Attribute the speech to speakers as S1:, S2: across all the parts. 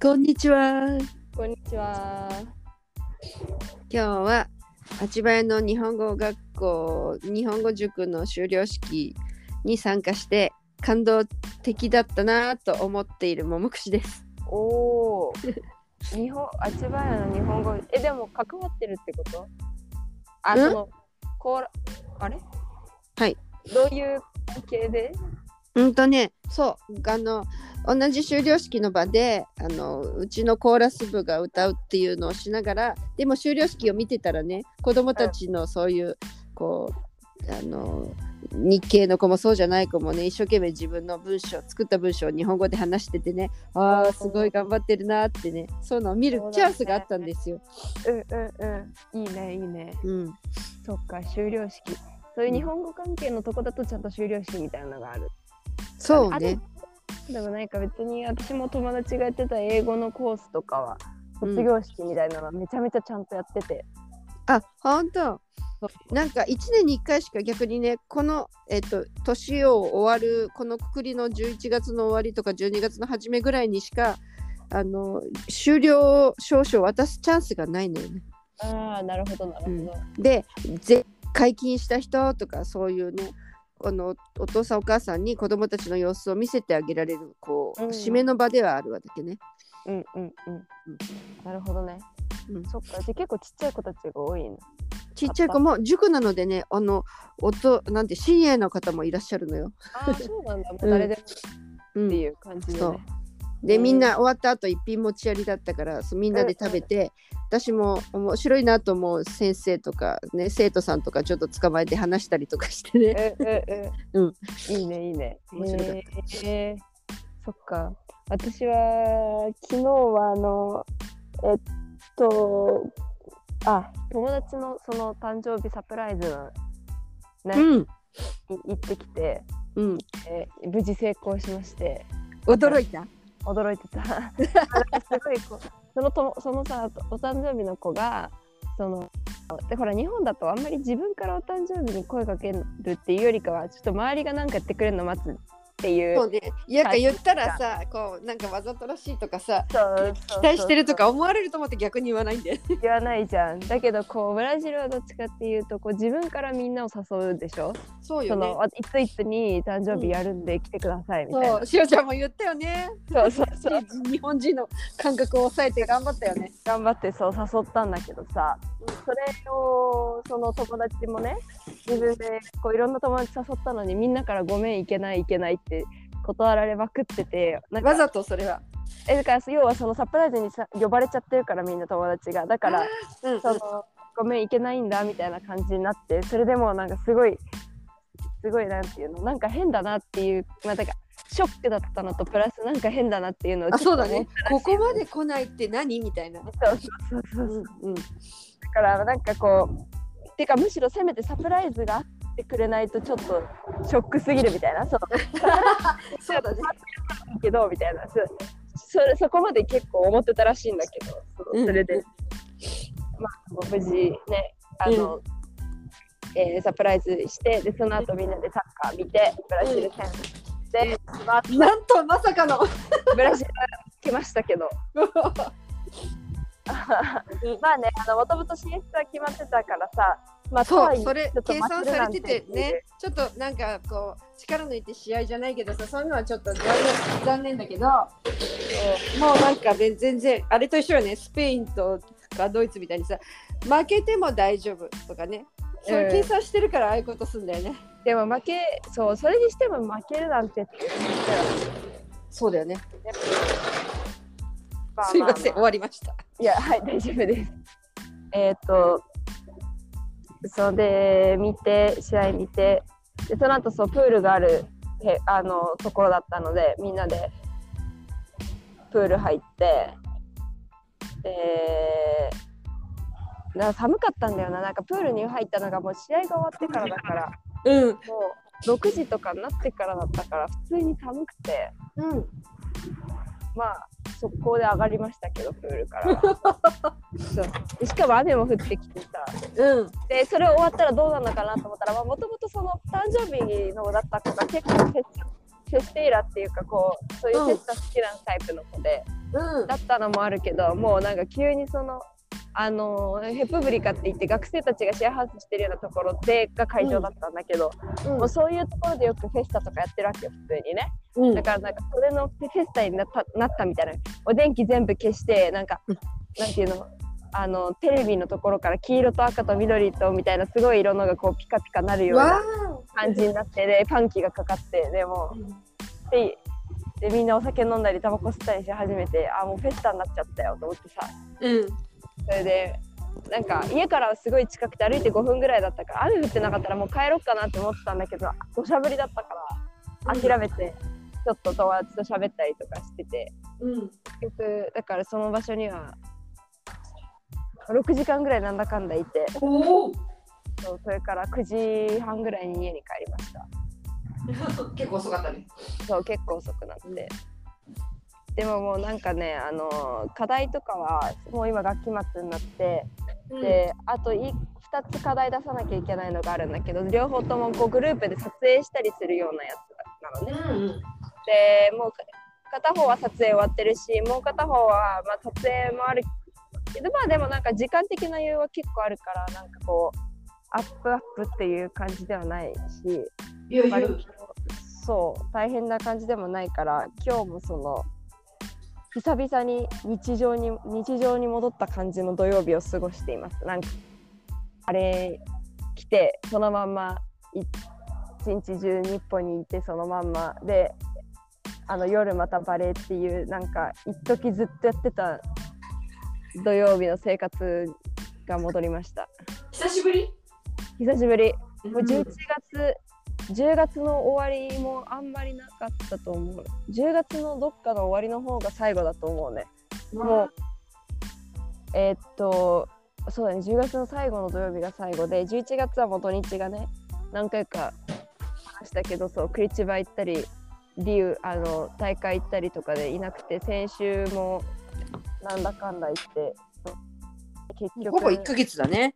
S1: こんにちは。
S2: こんにちは。
S1: 今日は八幡屋の日本語学校日本語塾の修了式に参加して感動的だったなと思っている桃串です。
S2: おお。日本、あちばやの日本語。え、でも関わってるってことあ、
S1: ん
S2: その、こう、あれ
S1: はい。
S2: どういう関係で
S1: うんとね、そう、あの同じ修了式の場であのうちのコーラス部が歌うっていうのをしながら、でも修了式を見てたらね、子供たちのそういう、こうあの日系の子もそうじゃない子もね、一生懸命自分の文章作った文章を日本語で話しててね、ああすごい頑張ってるなってね、そういうのを見る
S2: そうだね
S1: チャンスがあったんですよ。
S2: うんうんうん。いいね、いいね。
S1: うん、
S2: そっか、修了式。そういう日本語関係のとこだとちゃんと修了式みたいなのがある。
S1: そう
S2: あで
S1: ね
S2: も。でもなんか別に私も友達がやってた英語のコースとかは
S1: うん
S2: 卒業式みたいなのはめちゃめちゃちゃんとやってて、
S1: あ、本当。なんか1年に1回しか逆にね、この、えっと、年を終わる、このくくりの11月の終わりとか12月の初めぐらいにしか、あの、終了証書を渡すチャンスがないのよね。
S2: ああなるほどなるほど、
S1: うんで、ぜ解禁した人とか、そういうね、あのお父さんお母さんに子供たちの様子を見せてあげられるこう、
S2: うん
S1: 締めの場ではあるわけね。
S2: うんうんうん。なるほどね。
S1: うん
S2: そっか。で結構ちっちゃい子たちが多いの。
S1: ちっちゃい子も塾なのでね、あのおとなんて深夜の方もいらっしゃるのよ。
S2: あ あ、そうなんだ。も
S1: う
S2: う
S1: 誰で
S2: 誰で
S1: も
S2: も
S1: うん
S2: っていう感じ
S1: そ
S2: で、
S1: う
S2: ね。
S1: で、
S2: うん
S1: みんな終わった後一品持ち寄りだったからそうみんなで食べて、私も面白いなと思う先生とか、ね、生徒さんとかちょっと捕まえて話したりとかしてね。
S2: うんうんうん。いいねいいね。
S1: 面白かっ
S2: えーそっか。私は昨日はあのえっとあ友達のその誕生日サプライズのね、
S1: うん、
S2: い行ってきて、
S1: うん、
S2: えー無事成功しまして。
S1: 驚いた。
S2: 驚いてた なんかすごいこうそのともそのさお誕生日の子がそのでほら日本だとあんまり自分からお誕生日に声かけるっていうよりかはちょっと周りが何かやってくれるの待つっていう
S1: そうね、いやか言ったらさこうなんかわざとらしいとかさ
S2: そう
S1: 期待してるとか思われると思って逆に言わないんで。
S2: 言わないじゃんだけどこうブラジルはどっちかっていうとこう自分からみんなを誘うでしょ
S1: そう
S2: そ
S1: よね
S2: の。あいついつに誕生日やるんで来てくださいみたいな、
S1: そうしおちゃんも言ったよね。
S2: そうそう そう
S1: 日本人の感覚を抑えて頑張ったよね。
S2: 頑張ってそう誘ったんだけどさ、それをその友達もね自分でこういろんな友達誘ったのにみんなから「ごめんいけないいけない」って断られまくっててなんか
S1: わざとそれは。
S2: えだから要はそのサプライズにさ呼ばれちゃってるからみんな友達がだから
S1: うん
S2: その「ごめんいけないんだ」みたいな感じになってそれでもうなんかすごいすごいなんていうのなんか変だなっていうまあだからショックだったのとプラスなんか変だなっていうのを
S1: あ
S2: ち
S1: そ
S2: ょっ
S1: う
S2: と
S1: だ
S2: 思っ
S1: ね。ここまで来ないって何みたいな。
S2: たそうそうそうそうそう
S1: うん
S2: だからなんかこうてかむしろせめてサプライズがあってくれないとちょっとショックすぎるみたいなそう
S1: そうだね。
S2: けどみたいなそそれそこまで結構思ってたらしいんだけどそう
S1: うん
S2: それで、まあ無事ねあの、えーサプライズしてでその後みんなでサッカー見てブラジル戦で、まあ
S1: なんとまさかの。
S2: ブラジル来ましたけどまあねもともと進出は決まってたからさまあと
S1: そ、
S2: はいうえ
S1: それ
S2: ちょっと
S1: 計
S2: 待
S1: 算
S2: る
S1: さ
S2: なん
S1: れてて
S2: っていう
S1: ね、ちょっとなんかこう力抜いて試合じゃないけどさ、そういうのはちょっと残念残念だけど、もうなんかべ全然あれと一緒よね、スペインとかドイツみたいにさ、負けても大丈夫とかね、そういう計算してるからああいうことすんだよね。
S2: でも負けそうそれにしても負けるなんてって言ったら
S1: そうだよね。
S2: まあああ
S1: すいません、終わりました。
S2: いやはい大丈夫ですえーっ、とそれで見て試合見てでその後そうプールがあるへあのところだったのでみんなでプール入ってでな寒かったんだよななんかプールに入ったのがもう試合が終わってからだから
S1: うん。
S2: もう6時とかになってからだったから普通に寒くて。
S1: うん。
S2: まあ速攻で上がりましたけどプールからは そうでしかも雨も降ってきてさ
S1: うん。
S2: でそれ終わったらどうなのかなと思ったらもともとその誕生日のだった子が結構接セステイラっていうかこうそういう切磋好きなタイプの子で、
S1: うん
S2: だったのもあるけどもうなんか急にその。あのヘプブリカって言って学生たちがシェアハウスしてるようなところでが会場だったんだけど、もうそういうところでよくフェスタとかやってるわけよ普通にね
S1: うん
S2: だからなんかそれのフェスタになったなったみたいなお電気全部消してなんか
S1: うん
S2: なんていうのあのテレビのところから黄色と赤と緑とみたいなすごい色のがこうピカピカなるよう
S1: わ
S2: な感じになってでパンキがかかってでもうででみんなお酒飲んだりタバコ吸ったりし始めてあもうフェスタになっちゃったよと思ってさ
S1: うん
S2: それでなんか家からはすごい近くて歩いて5分ぐらいだったから雨降ってなかったらもう帰ろっかなって思ってたんだけど土砂降りだったから諦めてちょっと友達と喋ったりとかしてて
S1: うん
S2: 結局だからその場所には6時間ぐらいなんだかんだいて
S1: おお
S2: そうそれから9時半ぐらいに家に帰りました
S1: 結構遅かったね
S2: そう結構遅くなってでももうなんかねあの課題とかはもう今学期末になってであとい2つ課題出さなきゃいけないのがあるんだけど両方ともこうグループで撮影したりするようなやつなの
S1: う
S2: ね。
S1: ん
S2: でもう片方は撮影終わってるしもう片方はまあ撮影もあるけどまあでもなんか時間的な余裕は結構あるからなんかこうアップアップっていう感じではないし
S1: いや
S2: 割とそう大変な感じでもないから今日もその久々に日常に日常に戻った感じの土曜日を過ごしていますなんかあれ来てそのまんまい一日中日本にいてそのまんまであの夜またバレーっていうなんか一時ずっとやってた土曜日の生活が戻りました
S1: 久しぶり
S2: 久しぶりも
S1: も
S2: う11月、10月の終わりもあんまりなかったと思う。10月のどっかの終わりの方が最後だと思うね。もう、えーっと、そうだね、10月の最後の土曜日が最後で、11月はもう土日がね、何回か話したけど、そう、クリチバ行ったり、リュウ、あの、大会行ったりとかでいなくて、先週もなんだかんだ行って、結局、
S1: ほぼ1ヶ月だね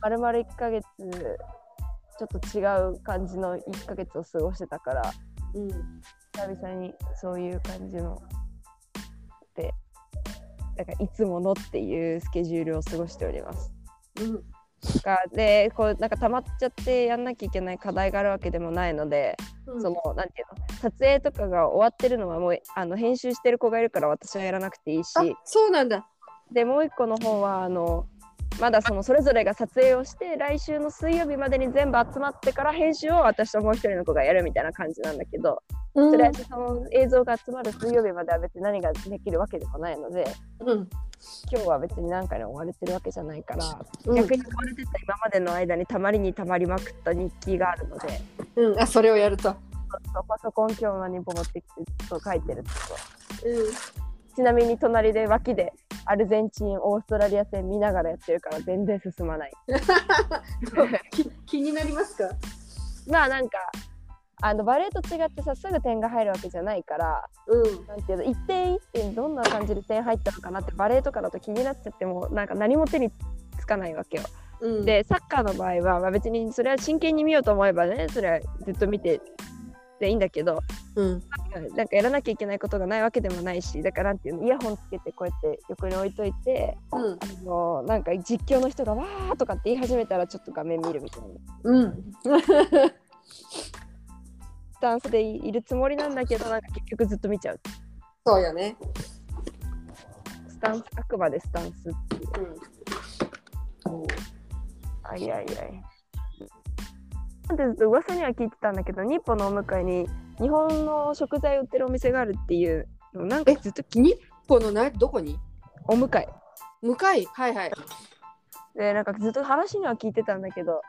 S2: まるまる1ヶ月ちょっと違う感じの1ヶ月を過ごしてたから
S1: うん
S2: 久々にそういう感じのでなんかいつものっていうスケジュールを過ごしております。
S1: うん
S2: がでこうなんか溜まっちゃってやんなきゃいけない課題があるわけでもないので、そのなんていうの撮影とかが終わってるのはもうあの編集してる子がいるから私はやらなくていいし
S1: あそうなんだ
S2: でもう一個の方はあのまだそのそれぞれが撮影をして来週の水曜日までに全部集まってから編集を私ともう一人の子がやるみたいな感じなんだけど、
S1: うん
S2: とりあえずその映像が集まる水曜日までは別に何ができるわけでもないので
S1: うん
S2: 今日は別に何かに追われてるわけじゃないから、
S1: うん
S2: 逆に追われてた今までの間にたまりにたまりまくった日記があるので
S1: うんあそれをやると
S2: パソコン今日はに持ってきてずっと書いてるんですけど
S1: うん
S2: ちなみに隣で脇でアルゼンチンオーストラリア戦見ながらやってるから全然進まない。
S1: き気になりますか
S2: まあなんかあのバレーと違ってさすぐ点が入るわけじゃないから
S1: うん
S2: なんていうの一点一点どんな感じで点入ったのかなってバレーとかだと気になっちゃってもなんか何も手につかないわけよ。
S1: うん
S2: でサッカーの場合は、まあ、別にそれは真剣に見ようと思えばねそれはずっと見てでいいんだけど
S1: うん
S2: なんかやらなきゃいけないことがないわけでもないしだからなんていうのイヤホンつけてこうやって横に置いといて
S1: うん
S2: あのなんか実況の人が「わー」とかって言い始めたらちょっと画面見るみたいな。
S1: うん
S2: スタンスでいるつもりなんだけどなんか結局ずっと見ちゃう
S1: そうよね
S2: スタンスあくまでスタンス
S1: うん
S2: あいやいやいやなんで噂には聞いてたんだけど日本のお迎えに日本の食材売ってるお店があるっていうのなんか
S1: え
S2: ずっとき
S1: 日本のなどこに
S2: お迎え
S1: 向かいはいはい
S2: でなんかずっと話には聞いてたんだけど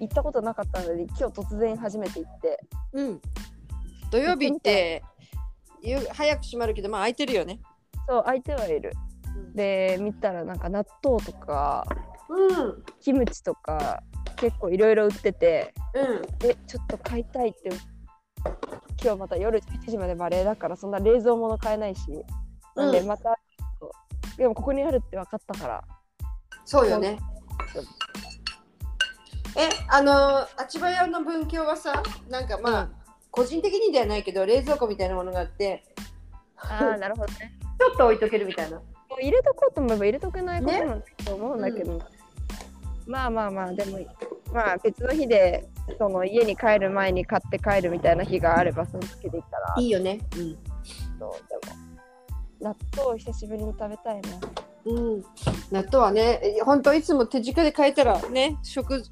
S2: 行ったことなかったので今日突然初めて行って
S1: うん土曜日って夕早く閉まるけどまあ空いてるよね
S2: そう相手はいるで見たらなんか納豆とか
S1: うんうん
S2: キムチとか結構いろいろ売っててえちょっと買いたいって今日また夜11時までバレーだからそんな冷蔵物買えないし、なんで
S1: うん
S2: またでもここにあるって分かったから
S1: そうよねえあのあちばやの文教はさなんかまあ、個人的にではないけど冷蔵庫みたいなものがあって
S2: ああなるほど ね
S1: ちょっと置いとけるみたいな
S2: もう入れとこうと思えば入れとけないことなんだと思うんだけど、まあまあまあでもまあ別の日でその家に帰る前に買って帰るみたいな日があればその時できたら
S1: いいよねうん
S2: とでも納豆を久しぶりに食べたいな
S1: うん、納豆はねえ本当いつも手近で買えたらね食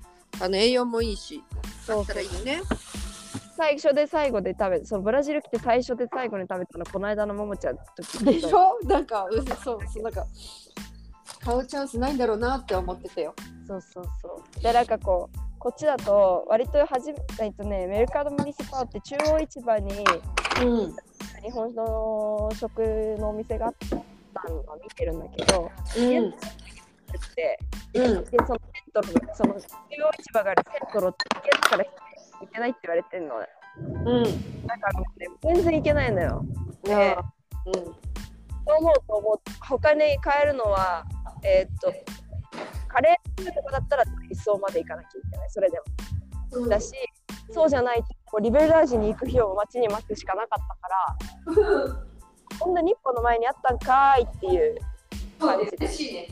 S1: あの栄養もいいし
S2: そう
S1: あったらいいよね
S2: 最初で最後で食べそのブラジル来て最初で最後に食べたのこの間のももちゃんの時
S1: でしょなんかうんそうそうなんか買うチャンスないんだろうなって思ってたよ
S2: そうそうそうでなんかこうこっちだと割と初めえっとねメルカドムニシパーって中央市場に
S1: うん
S2: 日本の食のお店があったのは見てるんだけど、
S1: うん
S2: で
S1: うん
S2: でそのセントロその中央市場があるセントロって行けるから行けないって言われてんの
S1: うん
S2: だからもうね全然行けないのよ
S1: ね
S2: ねそう思うと思う他に買えるのはえーっとカレーとかだったら一層まで行かなきゃいけないそれで
S1: うん
S2: もだしそうじゃないとこうリベラージに行く日を待ちに待つしかなかったからこんな日本の前にあったんかーいっていう
S1: そうね嬉しいね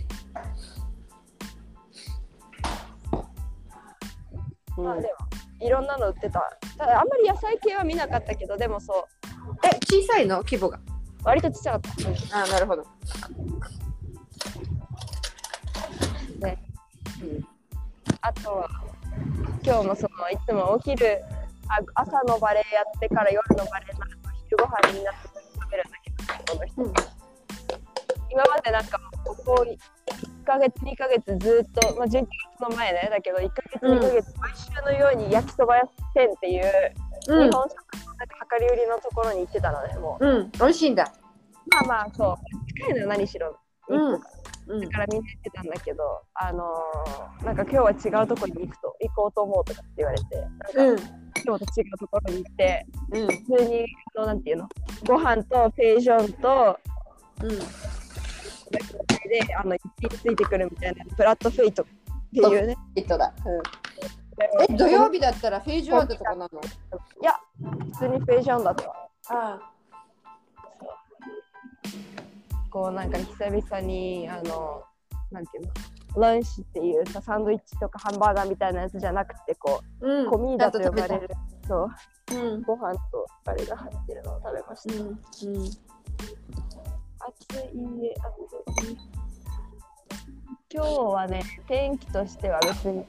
S1: うん
S2: まあでもいろんなの売ってたただあんまり野菜系は見なかったけどでもそう
S1: え小さいの規模が
S2: 割とちっちゃかった
S1: あなるほど
S2: ね
S1: うん
S2: あとは今日もそのいつもお昼あ朝のバレーやってから夜のバレーになると昼ご飯みんなと食べるんだけどこの人、
S1: うん
S2: 今までなんかここ1ヶ月2ヶ月ずっと、まあ、11月の前ねだけど1ヶ月
S1: うん
S2: 2ヶ月、毎週のように焼きそば屋店っていう、
S1: う
S2: 日
S1: ん
S2: 本食のなんか量り売りのところに行ってたのねもう
S1: うん美味しいんだ
S2: まあまあそう近いのよ何しろ。
S1: うんうん
S2: だからみんな言ってたんだけど、あのーなんか今日は違うとこに行くと行こうと思うとかって言われて、
S1: う
S2: なん
S1: ん
S2: か今日と違うところに行って、
S1: うん
S2: 普通にあのなんていうの、ご飯とページョンと
S1: うん
S2: であの一品ついてくるみたいなプラットフェイトっていうね。
S1: えっとだ、うん、え土曜日だったらフェイジュアードとかなの
S2: いや普通にページョンだった。
S1: あ
S2: こうなんか久々にあのなんていうの。ランチっていうさサンドイッチとかハンバーガーみたいなやつじゃなくてこ
S1: う
S2: う、
S1: ん
S2: コミーダと呼ばれるそう
S1: うん
S2: ご飯とあれが入ってるのを食べました。
S1: うんうん
S2: 暑いね暑い今日はね天気としては別にち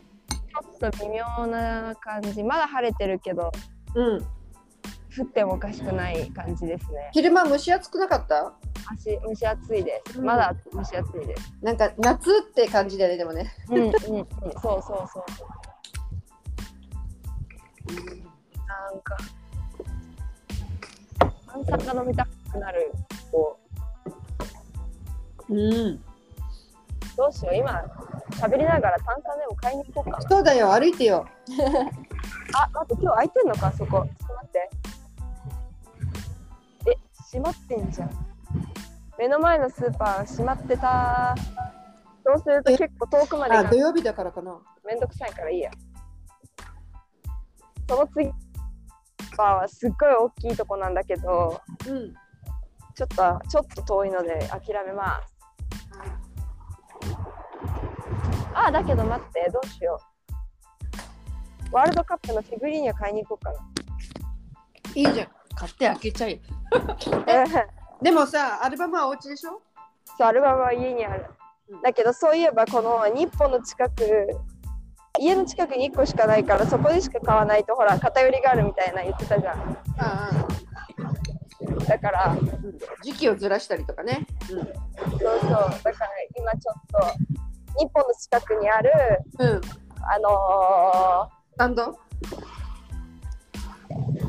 S2: ょっと微妙な感じまだ晴れてるけど
S1: うん、
S2: 降ってもおかしくない感じですね
S1: 昼間蒸し暑くなかった
S2: 足蒸し暑いです
S1: うん
S2: まだ蒸し暑いです
S1: なんか夏って感じだよねでもね
S2: うんうんうんそうそうそうなんか炭酸が飲みたくなるこ
S1: う
S2: う
S1: ん
S2: どうしよう今喋りながら炭酸でも買いに行こうかな
S1: そうだよ歩いてよ
S2: あ、待って、今日空いてんのか、そこ。ちょっと待って。え、閉まってんじゃん。目の前のスーパー閉まってた。そうすると結構遠くまで
S1: あ
S2: 行か
S1: 土曜日だからかな
S2: めんどくさいからいいや。その次はすっごい大きいとこなんだけど、
S1: うん
S2: ちょっと、ちょっと遠いので諦めます。あ、だけど待って、どうしよう。ワールドカップのフィグリーニャ買いに行こうかな。
S1: いいじゃん買って開けちゃえでもさアルバムはお家でしょ
S2: そうアルバムは家にある
S1: うん
S2: だけどそういえばこの日本の近く家の近くに1個しかないからそこでしか買わないとほら偏りがあるみたいな言ってたじゃん
S1: ああ
S2: だからそ
S1: う
S2: う
S1: ん時期をずらしたりとかね
S2: そうだから今ちょっと日本の近くにある
S1: うんうん
S2: あの
S1: スタンド
S2: ー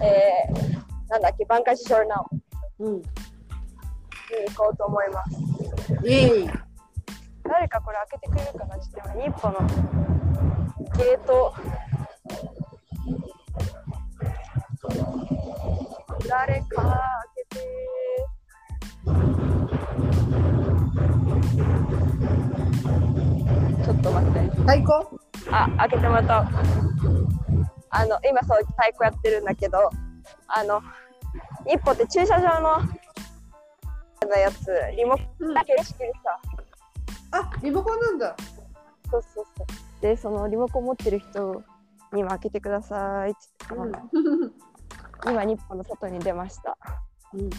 S2: えーなんだっけバンカシショルナオ
S1: うん
S2: に行こうと思います
S1: イエイ
S2: 誰かこれ開けてくれるかなちょっと今日本のゲート誰か開けてちょっと待って
S1: 最高
S2: あ開けてもらったあの今そう太鼓やってるんだけどあの一歩って駐車場のやつリモコンだけで仕切るさ、
S1: あリモコンなんだ
S2: そうそうそうでそのリモコン持ってる人にも開けてくださいって言って、今日本の外に出ました
S1: うん
S2: ワン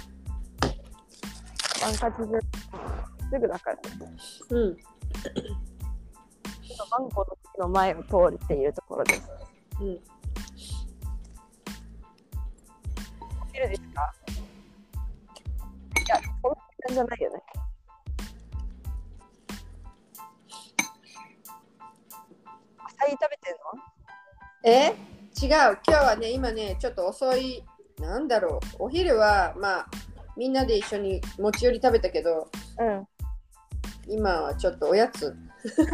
S2: カチでですぐだから
S1: うん
S2: 今マンゴーの木の前を通っているところです
S1: うん
S2: ホテルですかいやそんな感じじゃないよねアサイ食べてん
S1: え
S2: の
S1: 違う今日はね今ねちょっと遅いなんだろうお昼はまあみんなで一緒に持ち寄り食べたけど
S2: うん。
S1: 今はちょっとおやつ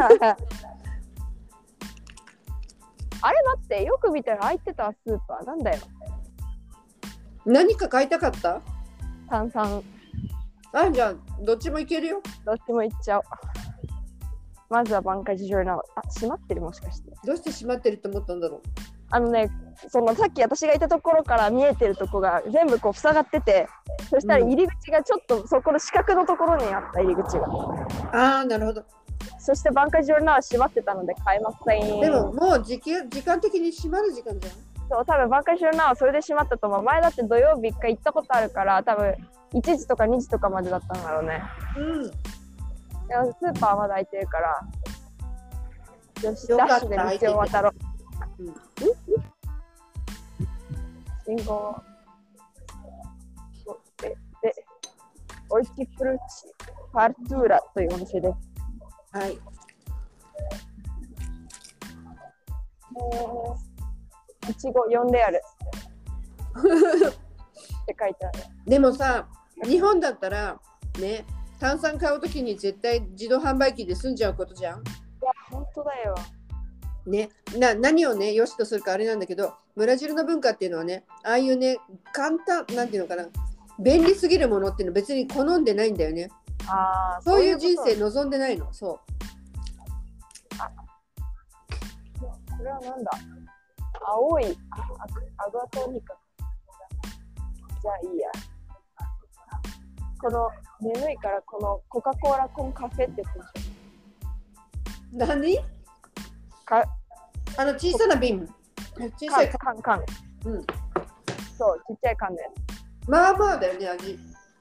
S2: あれ待って、よく見たら空いてたスーパー、なんだよ。
S1: 何か買いたかった
S2: 炭酸、
S1: あじゃあどっちもいけるよ
S2: どっちも行っちゃおう。まずはバンカジジョルナあ、閉まってるもしかして。
S1: どうして閉まってると思ったんだろ
S2: あのね、そのさっき私がいたところから見えてるとこが全部こう塞がってて、そしたら入り口がちょっとそこの四角のところにあった入り口が。
S1: うああなるほど
S2: そしてバンカジジョルナは閉まってたので買えません。
S1: でももう時給時間的に閉まる時間じゃん
S2: そう多分バンカシュルナはそれで閉まったと思う前だって土曜日一回行ったことあるから多分1時とか2時とかまでだったんだろうね
S1: うん
S2: でもスーパーはまだ開いてるからよし
S1: よか
S2: ダ
S1: った
S2: ッシュで道を渡ろう
S1: うん
S2: ん信号ででオイスキフルーチファルトゥーラというお店です
S1: はい
S2: いちご4レアル って書いてある
S1: でもさ日本だったらね炭酸買うときに絶対自動販売機で済んじゃうことじゃん
S2: いや本当だよ
S1: ね、な何をね良しとするかあれなんだけどブラジルの文化っていうのはねああいうね簡単なんていうのかな便利すぎるものっていうの別に好んでないんだよね
S2: あー
S1: そういう人
S2: こと
S1: 生望んでないのそ
S2: これはなんだ青いあアクアグアトニカじゃあいいやこの眠いからこのコカ・コーラコンカフェってやつでし
S1: う何
S2: ょか
S1: あの小さな瓶小さいか
S2: 缶缶
S1: うん
S2: そうちっちゃい缶のや
S1: まあまあだよね味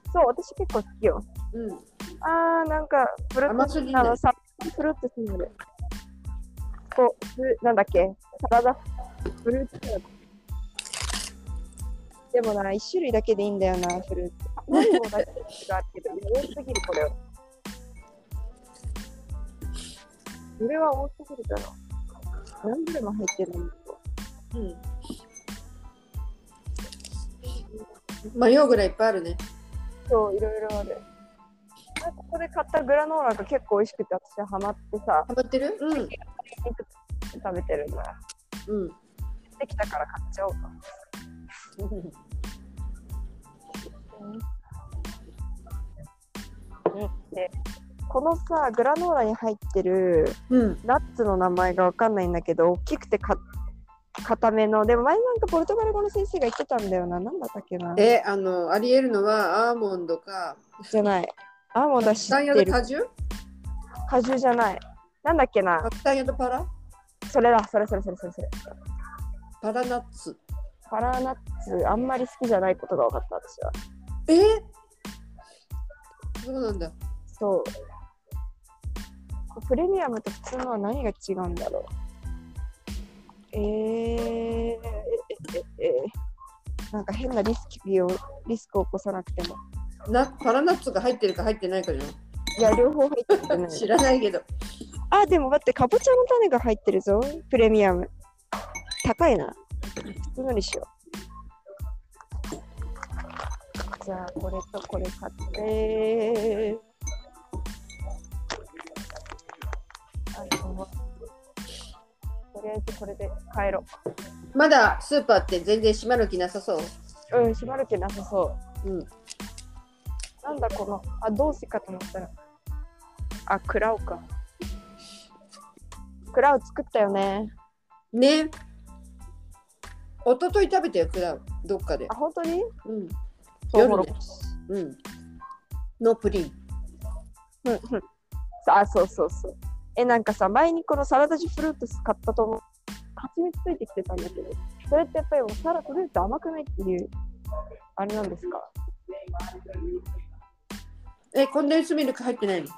S2: つそう私結構好きよ
S1: うん
S2: あーなんかブル
S1: 甘すぎ
S2: ー
S1: ない
S2: あのさプルってすんるこうすなんだっけサラダフルーツサラダでもな、一種類だけでいいんだよな、フルーツ。あマンゴーだけがあるけど、多すぎる、これは。これは多すぎるだろ。何グラム入ってるんだろ
S1: うん迷うぐらいいっぱいあるね
S2: う。そう、いろいろある。あここで買ったグラノーラが結構美味しくて、私はハマってさ、
S1: ハマってるうん
S2: いくつ食べてるんだ。
S1: うん
S2: できたから買っちゃおうか。でこのさグラノーラに入ってる
S1: うん
S2: ナッツの名前がわかんないんだけど大きくてか固めのでも前なんかポルトガル語の先生が言ってたんだよななんだったっけな
S1: えあのありえるのはアーモンドか
S2: じゃないアーモンドは知
S1: タンヤ
S2: って
S1: と
S2: る
S1: 果汁
S2: 果汁じゃないなんだっけな
S1: あタンヤとパラ
S2: それだそれそれそれそれそれ
S1: パラナッツ
S2: パラナッツあんまり好きじゃないことが分かった私は
S1: えそうなんだ
S2: そう。プレミアムと普通のは何が違うんだろうえー、え、え、え、なんか変なリスクを、リスクを起こさなくても。
S1: なパラナッツが入ってるか入ってないかじゃ
S2: いや、両方入ってる
S1: ん
S2: ね。
S1: 知らないけど
S2: あ、でも待って、かぼちゃの種が入ってるぞ。プレミアム。高いな。普通のにしよう。じゃあ、これとこれ買って。あとはとりあえずこれで帰ろ
S1: まだスーパーって全然閉まる気なさそう
S2: う。うん、縛る気なさそう。
S1: うん
S2: なんだこの、あ、どうしかと思ったら。あ、クラウか。クラウ作ったよね。
S1: ね一昨日食べたよクラウどっかで
S2: あ、。本当
S1: う
S2: に
S1: ん。
S2: そうほ
S1: 夜
S2: ら
S1: です。うん。のプリン。
S2: あ、そうそうそう。え、なんかさ、前にこのサラダジフルーツ買ったと思う。蜂蜜ついてきてたんだけど、それってやっぱりもうサラフルーツ甘くないっていう、あれなんですか
S1: え、コンデンスミルク入ってないの
S2: い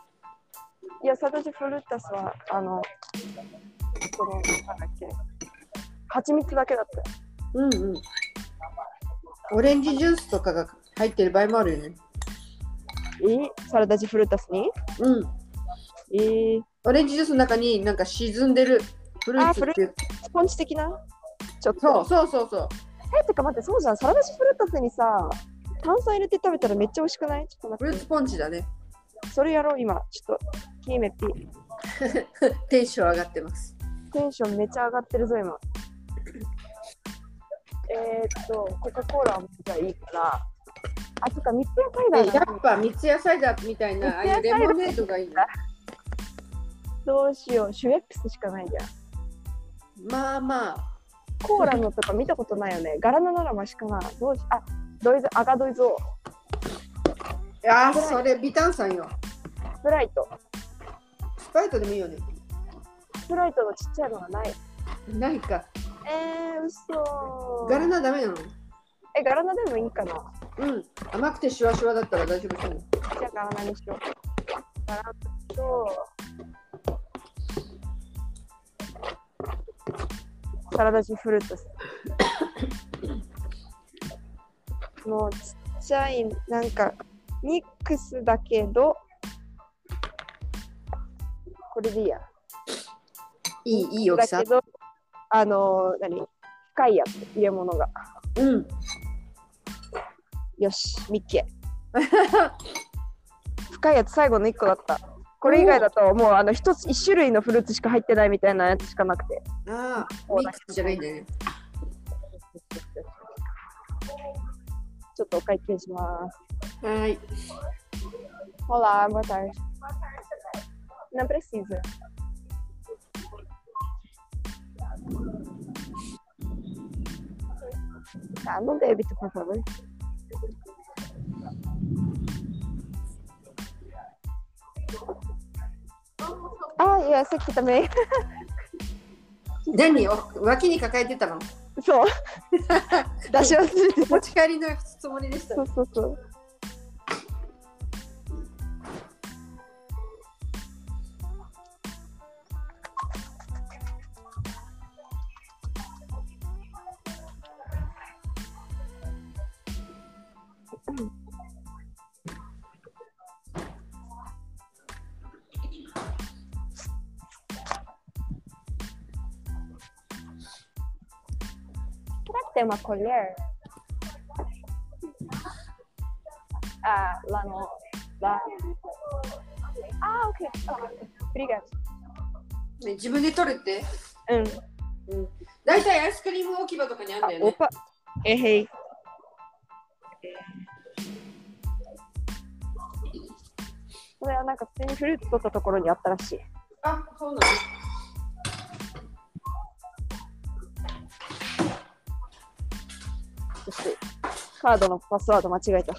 S2: や、サトシフルータスは、あの、その、なんだっけ、蜂蜜だけだったよ。
S1: うんうん。オレンジジュースとかが入ってる場合もあるよね。
S2: えサラダジフルータスに
S1: うん。
S2: え
S1: オレンジジュースの中になんか沈んでるフルーツっていう。
S2: スポンジ的なちょっ
S1: そう
S2: と。
S1: そうそうそう。
S2: え、てか待って、そうじゃん。サラダジフルータスにさ、炭酸入れて食べたらめっちゃ美味しくないちょっと
S1: フルー
S2: 待っ
S1: ツポンチだね。
S2: て。それやろう、今。ちょっと、キーメピ。
S1: テンション上がってます。
S2: テンションめちゃ上がってるぞ、今。えー、っと、コカ・コーラはもうじゃあいいから。あ、そっか、三ツ矢サイ
S1: え
S2: ダー
S1: や
S2: だ
S1: っぱ三ツ矢サイダーみたいなああいうレモネードがいいな。
S2: どうしよう。シュエップスしかないじゃん。
S1: まあまあ。
S2: コーラのとか見たことないよね。ガラナならマシかな。どうしあ、ドイズ、アガドイゾ
S1: いやーそれビタンさんよ。
S2: ー、スプライト。
S1: スパイトでもいいよね。
S2: スプライトのちっちゃいのがない。
S1: ないか。
S2: えー、嘘
S1: ガラナダメなの
S2: え、ガラナでもいいかな。
S1: うん。甘くてシュワシュワだったら大丈夫かも。
S2: じゃあガラナにしよう。ガラナと、サラダジフルートス。もうちっちゃい、なんか、ミックスだけど、これでいいや。
S1: いい、いい大きさ
S2: だけ。ど、あのー、何深いやつ、入れ物が。
S1: うん。
S2: よし、ミッケ。深いやつ、最後の1個だった。これ以外だと、もうあの一つ一種類のフルーツしか入ってないみたいなやつしかなくて。
S1: ああ、ミックスじゃないんだよね。
S2: ちょっとお会計します。
S1: はーい。
S2: ほら、また。Não precisa. Tá, no débito, por favor. Ah, e essa aqui também.
S1: 何を脇に抱えてたの
S2: Só. da chance.
S1: 持ち帰りのつもりでしたね。
S2: そうそうそう。Será que tem uma colher? Ah, lá no. Lá. Ah, ok. Ah, obrigada.
S1: ね自分で取るって。
S2: Hum.
S1: 大体アイスクリーム置き場とかにあるんだよね。
S2: Opa, errei. É. これはなんか普通にフルーツ取ったところにあったらしい。
S1: あ、そうなの。
S2: そしてカードのパスワード間違えた。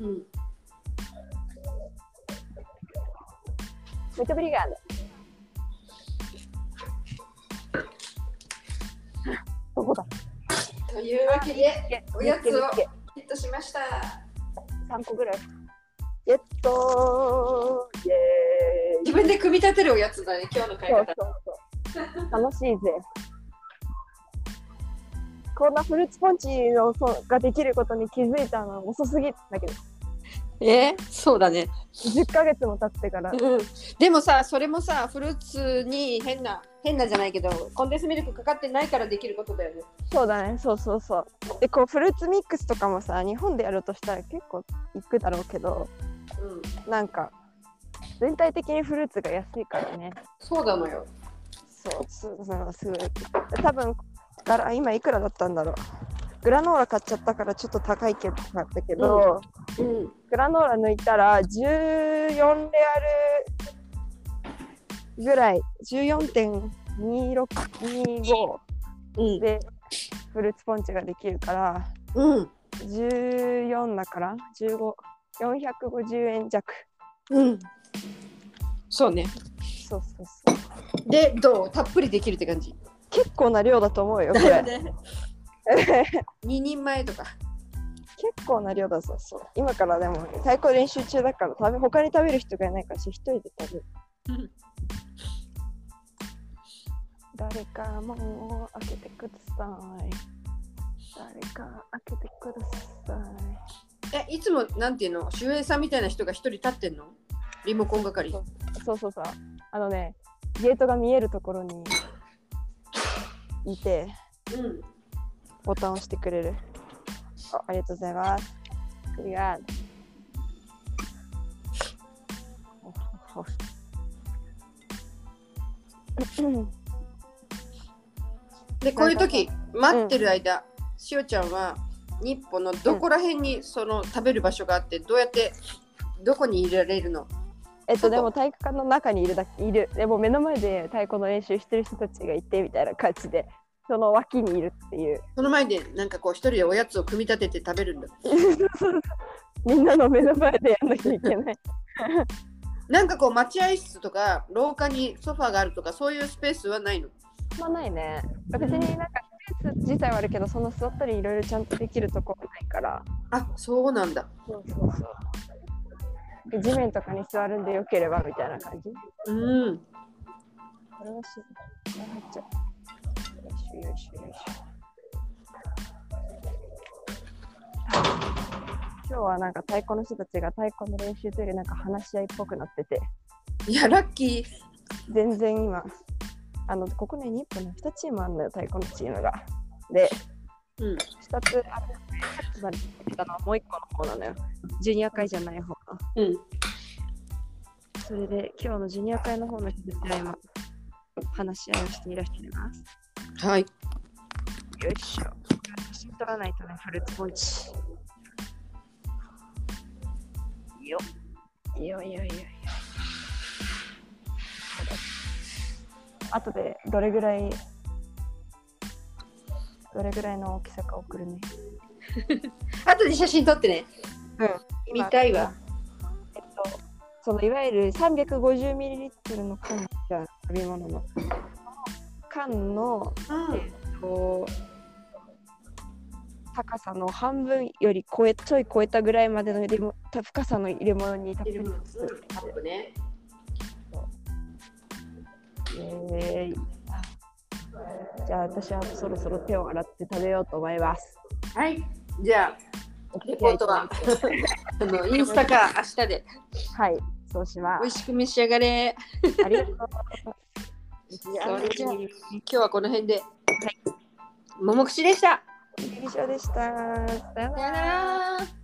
S1: うん。
S2: Muito obrigada. どこだ
S1: というわけで、おやつを
S2: 見つけ
S1: ヒットしました。
S2: 3個ぐらい。ゲットーイエーイ
S1: 自分で組み立てるおやつだね、今日の買い
S2: そう
S1: 方。
S2: そうそう楽しいぜ。こんなフルーツポンチのそうができることに気づいたのは遅すぎんだけど、
S1: えそうだね。
S2: 10ヶ月も経ってから。
S1: うん、でもさそれもさフルーツに変な変なじゃないけどコンデンスミルクかかってないからできることだよね
S2: そうだね、そうそうそう。で、こうフルーツミックスとかもさ、日本でやろうとしたら結構いくだろうけど、
S1: うん
S2: なんか全体的にフルーツが安いからね。
S1: そうなのよ
S2: そう、そうなのすごい。多分ガラ今いくらだったんだろう。グラノーラ買っちゃったからちょっと高いけど買ったけど、
S1: うん
S2: グラノーラ抜いたら14レアルぐらい14.2625
S1: うん
S2: でフルーツポンチができるから
S1: うん
S2: 14だから15450円弱
S1: うんそうね
S2: そうそうそう
S1: でどうたっぷりできるって感じ
S2: 結構な量だと思うよこ
S1: だよ
S2: れ
S1: ね2人 前とか
S2: 結構な量だぞそう今からでも太鼓練習中だから食べ他に食べる人がいないから一人で食べる
S1: うん
S2: 誰かもう開けてください誰か開けてください
S1: えいつもなんていうの守衛さんみたいな人が一人立ってんのリモコン係
S2: そうそうそう。あのね、ゲートが見えるところにいて、
S1: うん
S2: ボタンを押してくれる。あありがとうございます。ありがとう。
S1: でこういう時待ってる間、しおちゃんは日本のどこら辺にその食べる場所があってどうやってどこにいられるの
S2: えっと、でも体育館の中にいるだけいる。でも目の前で太鼓の練習してる人たちがいてみたいな感じで、その脇にいるっていう。
S1: その前でなんかこう一人でおやつを組み立てて食べるんだ
S2: みんなの目の前でやんなきゃいけない。
S1: なんかこう待合室とか廊下にソファーがあるとかそういうスペースはないの
S2: まないね。別になんかスペース自体はあるけど、その座ったりいろいろちゃんとできるとこはないから。
S1: あそうなんだ
S2: そうそうそう。地面とかに座るんでよければみたいな感じ。
S1: うん
S2: これはし、これ入っちゃう。よいしょよいしょよいしょ。今日はなんか太鼓の人たちが太鼓の練習というよりなんか話し合いっぽくなってて、
S1: いやラッキー
S2: 全然今、あの、ここね、日本の2チームあるんだよ、太鼓のチームが。で、
S1: うん
S2: 二つあるつまりあのもう一個の方なのよジュニア会じゃない方の
S1: うん
S2: それで今日のジュニア会の方の人たちが今話し合いをしていらっしゃいます
S1: はい
S2: よいしょ写真撮らないとねフルーツポンチよっよいよいよいよあとでどれぐらいどれぐらいの大きさか送るね
S1: 後で写真撮ってね
S2: うん
S1: 見たいわ。
S2: えっと、そのいわゆる 350ml の缶じゃん飲み物の。缶の、
S1: うん
S2: こう高さの半分より超えちょい超えたぐらいまでの入れもた深さの入れ物にたっぷり
S1: うんカップね
S2: えーじゃあ私はそろそろ手を洗って食べようと思います。
S1: はいじゃあレポート はあのインスタか明日で
S2: はい、そうしま
S1: 美
S2: す。
S1: 味しく召し上がれ
S2: ありがとう。
S1: それじゃあ今日はこの辺ではいももくしでした
S2: 以上でした。さよう
S1: さよなら